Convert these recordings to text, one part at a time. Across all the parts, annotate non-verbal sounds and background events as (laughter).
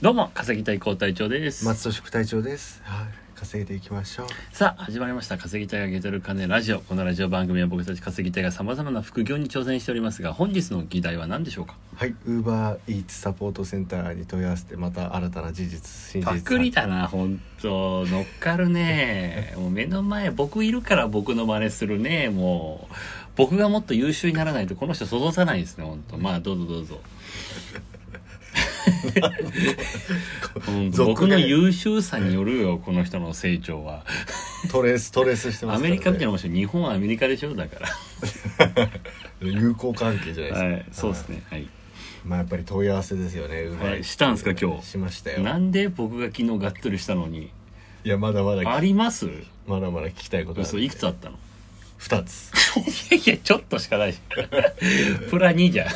どうも稼ぎたい高隊長です、松戸宿隊長です。はい、稼いでいきましょう。さあ始まりました稼ぎたいがゲトル金ラジオこのラジオ番組は僕たち稼ぎたいがさまざまな副業に挑戦しておりますが本日の議題は何でしょうかはい、ウーバーイーツサポートセンターに問い合わせて、また新たな事実、真実。パクリだな本当乗っかるね (laughs) もう目の前僕いるから僕の真似するねもう僕がもっと優秀にならないとこの人育たないですね本当まあどうぞど (laughs) うぞ本当僕の優秀さによるよこの人の成長はトレース、トレースしてまアすから、ね。メリカみたいなもんでしょ日本はアメリカでしょだから友好関係じゃないですか。はい、そうですね。はい。まあ、やっぱり問い合わせですよね。ウーバーイーツはいしたんすか今日しましたよ。なんで僕が昨日がっつりしたのに。いや、まだまだ、あります。まだまだ聞きた (laughs) いこと嘘いくつあったの。二つ。いやいや、ちょっとしかないし。 (laughs) プラ2じゃん。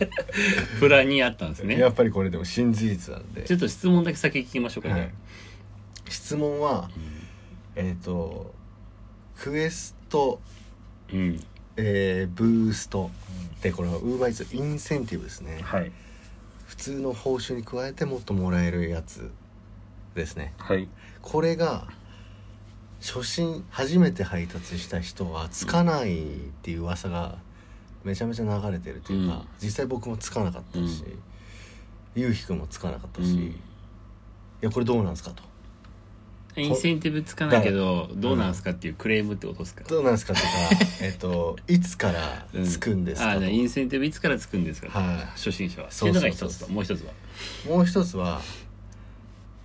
(laughs) プラ2あったんですやねっ。ぱりこれでも真事実なんでち。ょっと質問だけ先聞きましょうかはいね。、質問は、えっ、と、クエスト、うん。えー、ブースト。で、これはウーバーイーツインセンティブですね。はい。普通の報酬に加えてもっともらえるやつですねはい。これが初心初めて配達した人はつかないっていう噂がめちゃめちゃ流れてるというか、うん実際僕もつかなかったし、ゆうひくんもつかなかったし、うんいやこれどうなんですかとインセンティブつかないけど、どうなんすかっていうクレームってことですか。どうなんですかとか (laughs) えっといつからうんつくんですかあー、と、じゃあインセンティブいつからつくんですか。は初心者は。ってそいううのそうがそう一つと、もう一つは。い、もう一つは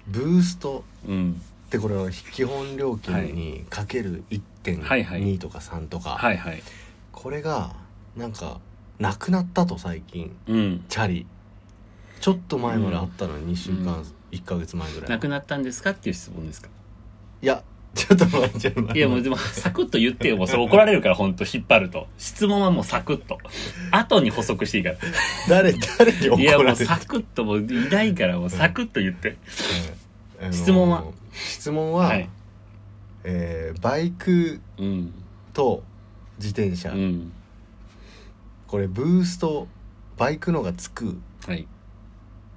ブーストうん。でこれは基本料金にかけるはいはい1.2とか3とか、はいはい。これがなんかなくなったと最近うん。チャリちょっと前まであったのに2週う間、ん一1か月前ぐらいなくなったんですかっていう質問ですか。いやちょっと待ってちょっと待っていやもうでもサクッと言ってよもうそれ怒られるから本当引っ張ると質問はもうサクッと後に補足していいか誰誰に怒らられるいやもうサクッともういないからもうサクッと言ってうんあの質問は質問は、はいえーバイクうんと自転う車、んこれブーストバイクのがつくはい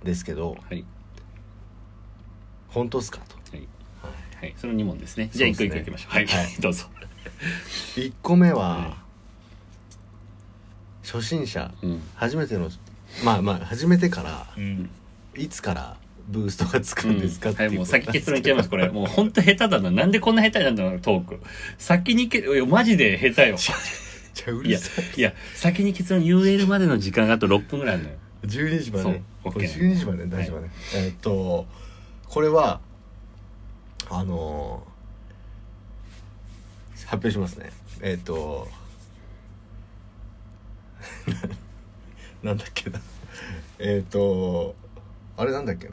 ですけどはい本当ですかとはいはいその2問ですねじゃあ一個そう一個ですねいきましょうはい、は (laughs) どうぞ1個目は、は初心者うん初めてのまあまあ初めてからうん、いつからブーストがつくんですかってはいい、う、もう先結論いっちゃいますこれもう本当下手だななんでこんな下手なんだろうトーク先にけいやマジで下 (laughs) 手よ (laughs) めっちゃういやるさいいや先に結論言えるまでの時間があと6分ぐらいあるのよ12時まそうでこれ12時まで大丈夫ね、えーっとこれはあのー発表しますねえーっと (laughs) なんだっけなえーっとあれなんだっけな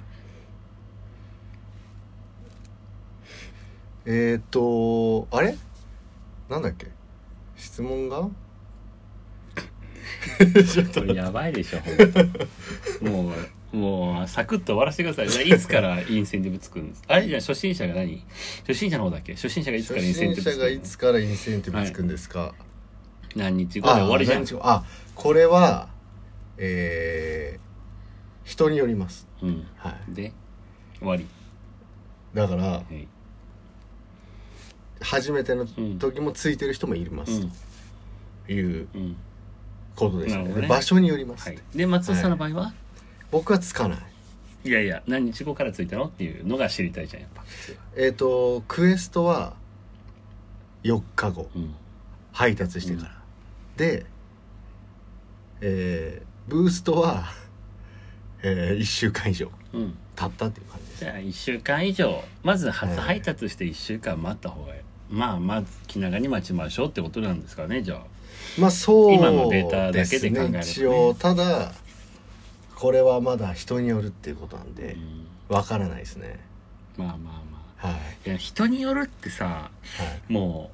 えーっとあれなんだっけ質問がちょっことれやばいでしょ本当もうもうサクッと終わらせてくださいいつからインセンティブつくんですあれじゃあ初心者が何初心者の方だっけ初心者がいつからイン初セン心ティブつ者くがいのつからインセンティブつくんですか、何日後であ終わりじゃん何日、後あこれはえー、人によりますうん、はいで終わり、だからはい初めてのうん時もついてる人もいまうす、んといううんことですなねるほどねで場所によります、はい、で松尾さんの場合は、僕はつかないい、やいや何日後からついたのっていうのが知りたいじゃんやっぱ、えっ、とクエストは4日後うん、配達してから、でえー、ブーストは、えー、1週間以上うん、経ったっていう感じですじゃあ1週間以上まず初配達して1週間待った方がいい、まあまあ気長に待ちましょうってことなんですかねじゃあまあそう今のデータだでけすで考えるとねね一応ただこれはまだ人によるっていうことなんうでんわからないですねまあまあまはい、はい、あいや人によるってさも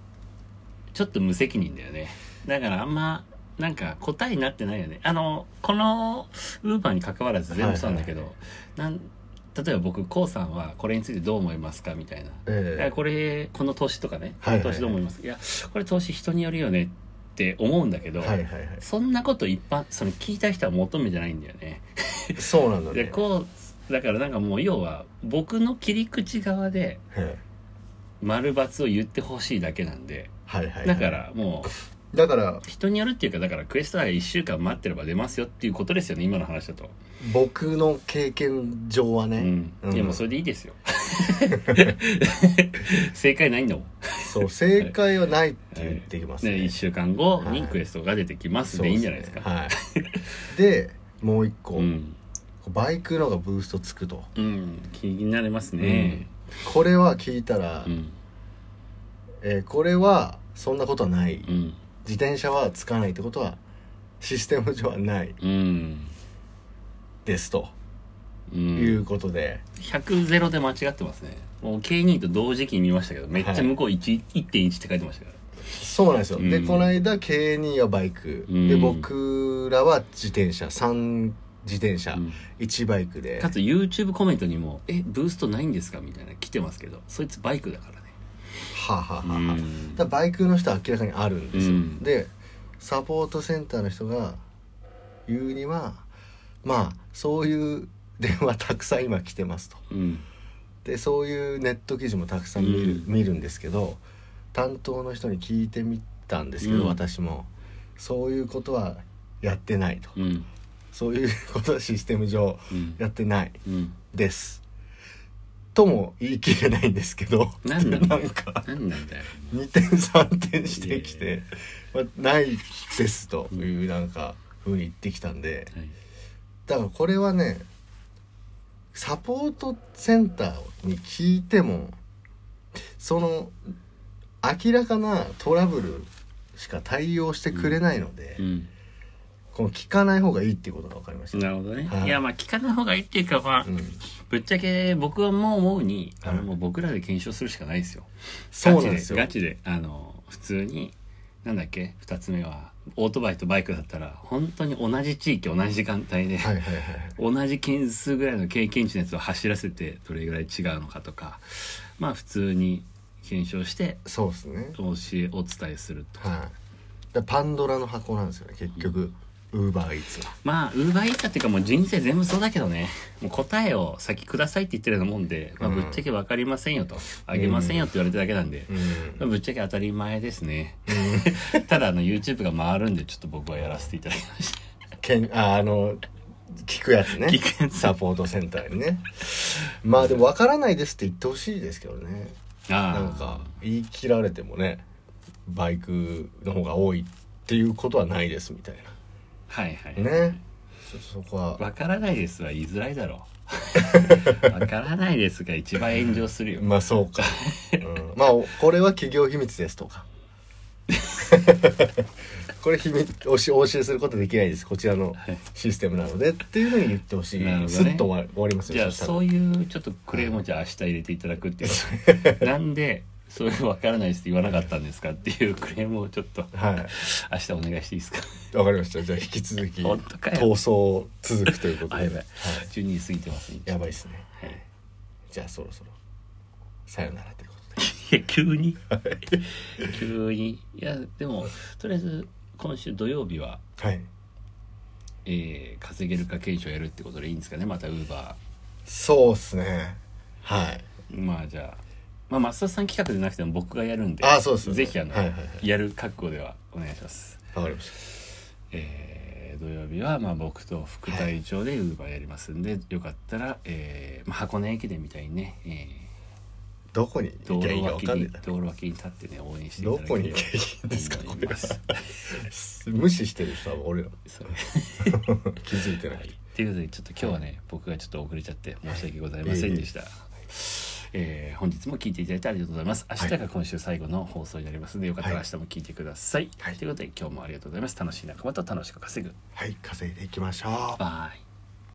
うちょっと無責任だよねだからあんまなんか答えになってないよねあのこのウーバーに関わらず全部そうなんだけど、なん例えば僕 k o さんはこれについてどう思いますかみたいな、いやえこれこの年とかねこはいのはいはい年どう思います、いやこれ投資人によるよねって思うんだけえど、はいはいはそんなこと一般その聞いた人は求めてないんだよねいそうなのでねこうだからなんかもう要は僕の切り口側ではい丸×を言ってほしいだけなんではいはいだからもうだから人によるっていうかだからクエストは1週間待ってれば出ますよっていうことですよね今の話だと、僕の経験上はね、うん、いやもうそれでいい (laughs) ですよ正解ないんだもんそう正解はないって言ってきますね,、ね、1週間後にクエストが出てきますでいいんじゃないですかそうですねはい、でもう一個、うん、バイクのがブーストつくとうん、気になりますね、これは聞いたら、うんえーこれはそんなことはない、うん自転車はつかないってことはシステム上はないうんですとう、いうんことで、 100ゼロで間違ってますねもう K2 と同時期に見ましたけどめっちゃ向こう1 1.1って書いてましたからそうなんですよ、うでんこの間 K2 はバイク、うんで僕らは自転車3自転車、うん1バイクでかつ YouTube コメントにも「えブーストないんですか?」みたいな来てますけどそいつバイクだからねはあはあはあはあうんだからバイクの人は明らかにあるんですよ、うんでサポートセンターの人が言うにはまあそういう電話たくさん今来てますとうんでそういうネット記事もたくさん見る,、うん見るんですけど担当の人に聞いてみたんですけど、うん私もそういうことはやってないと、うんそういうことはシステム上うんやってないうんですとも言い切れないんですけど何なんだよなんか何なんだよ2点3点してきいえて、まあ、ないですというなんか風に言ってきたんではいだからこれはねサポートセンターに聞いてもその明らかなトラブルしか対応してくれないので、うんこの聞かない方がいいっていうことが分かりました。なるほどね、はいい、やまあ聞かない方がいいっていうかまあ、うん、ぶっちゃけ僕はもう思うに、あはのいもう僕らで検証するしかないですよそうなんですよガチでガチであの普通になんだっけ2つ目はオートバイとバイクだったら本当に同じ地域同じ時間帯で、はいはいはい同じ件数ぐらいの経験値のやつを走らせてどれぐらい違うのかとかまあ普通に検証してそうですね教えお伝えするとはいだからパンドラの箱なんですよね結局ウーバーイーツはまあウーバーイーツっていうかもう人生全部そうだけどねもう答えを先くださいって言ってるようなもんで、まあ、うんぶっちゃけ分かりませんよとあげませんよって言われてるだけなんで、うんまあぶっちゃけ当たり前ですねただあの YouTube が回るんでちょっと僕はやらせていただきましたけんああの聞くやつね聞くやつサポートセンターにねまあでも分からないですって言ってほしいですけどねああなんか言い切られてもねバイクの方が多いっていうことはないですみたいはいはい、なねそそこは分からないですは言いづらいだろ (laughs) う分からないですが一番炎上するよまあそうか、うん、まあおこれは企業秘密ですと (laughs) かこれ秘密おしお教えすることできないですこちらのはいシステムなのでっていうふうに言ってほしい、なるほどねスッと終わり終わりますよじゃあそしたらそういうちょっとクレームをじゃあ明日入れていただくっていう (laughs) なんでそういう分からないですって言わなかったんですかっていうクレームをちょっとはい明日お願いしていいですかわかりました。じゃあ引き続き本当かよ闘争続くということあで。やばいは12時過ぎてますねいやばいですね。はいじゃあそろそろさよならということで。いや急に急にいやでもとりあえず今週土曜日は、はい。えー稼げるか検証やるってことでいいんですかねまたウーバそうですね。はい。ーまあじゃあまあ増田さん企画でなくても僕がやるんであそうですねぜひあの、はいはいはやる覚悟ではお願いしますわかりましえー土曜日はまあ僕と副隊長でウーバーやりますんで、よかったら、えーまあ、箱根駅伝みたいにね、えた。どこにー道行けばいい路かわ脇かんにねえ道路脇に立ってね応援していどただければこに行けばいいんですかとこ思いれまはすな。無視してる人は俺らそう (laughs) 気づいてない。はい、ということでちょっと今日はね、僕がちょっと遅れちゃって申し訳ございませんでした、えー本日も聞いていただいてありがとうございます明日が今週最後の放送になりますのでよかったらは明い日も聞いてください、はいということで今日もありがとうございます楽しい仲間と楽しく稼ぐはい、稼いでいきましょう。バイ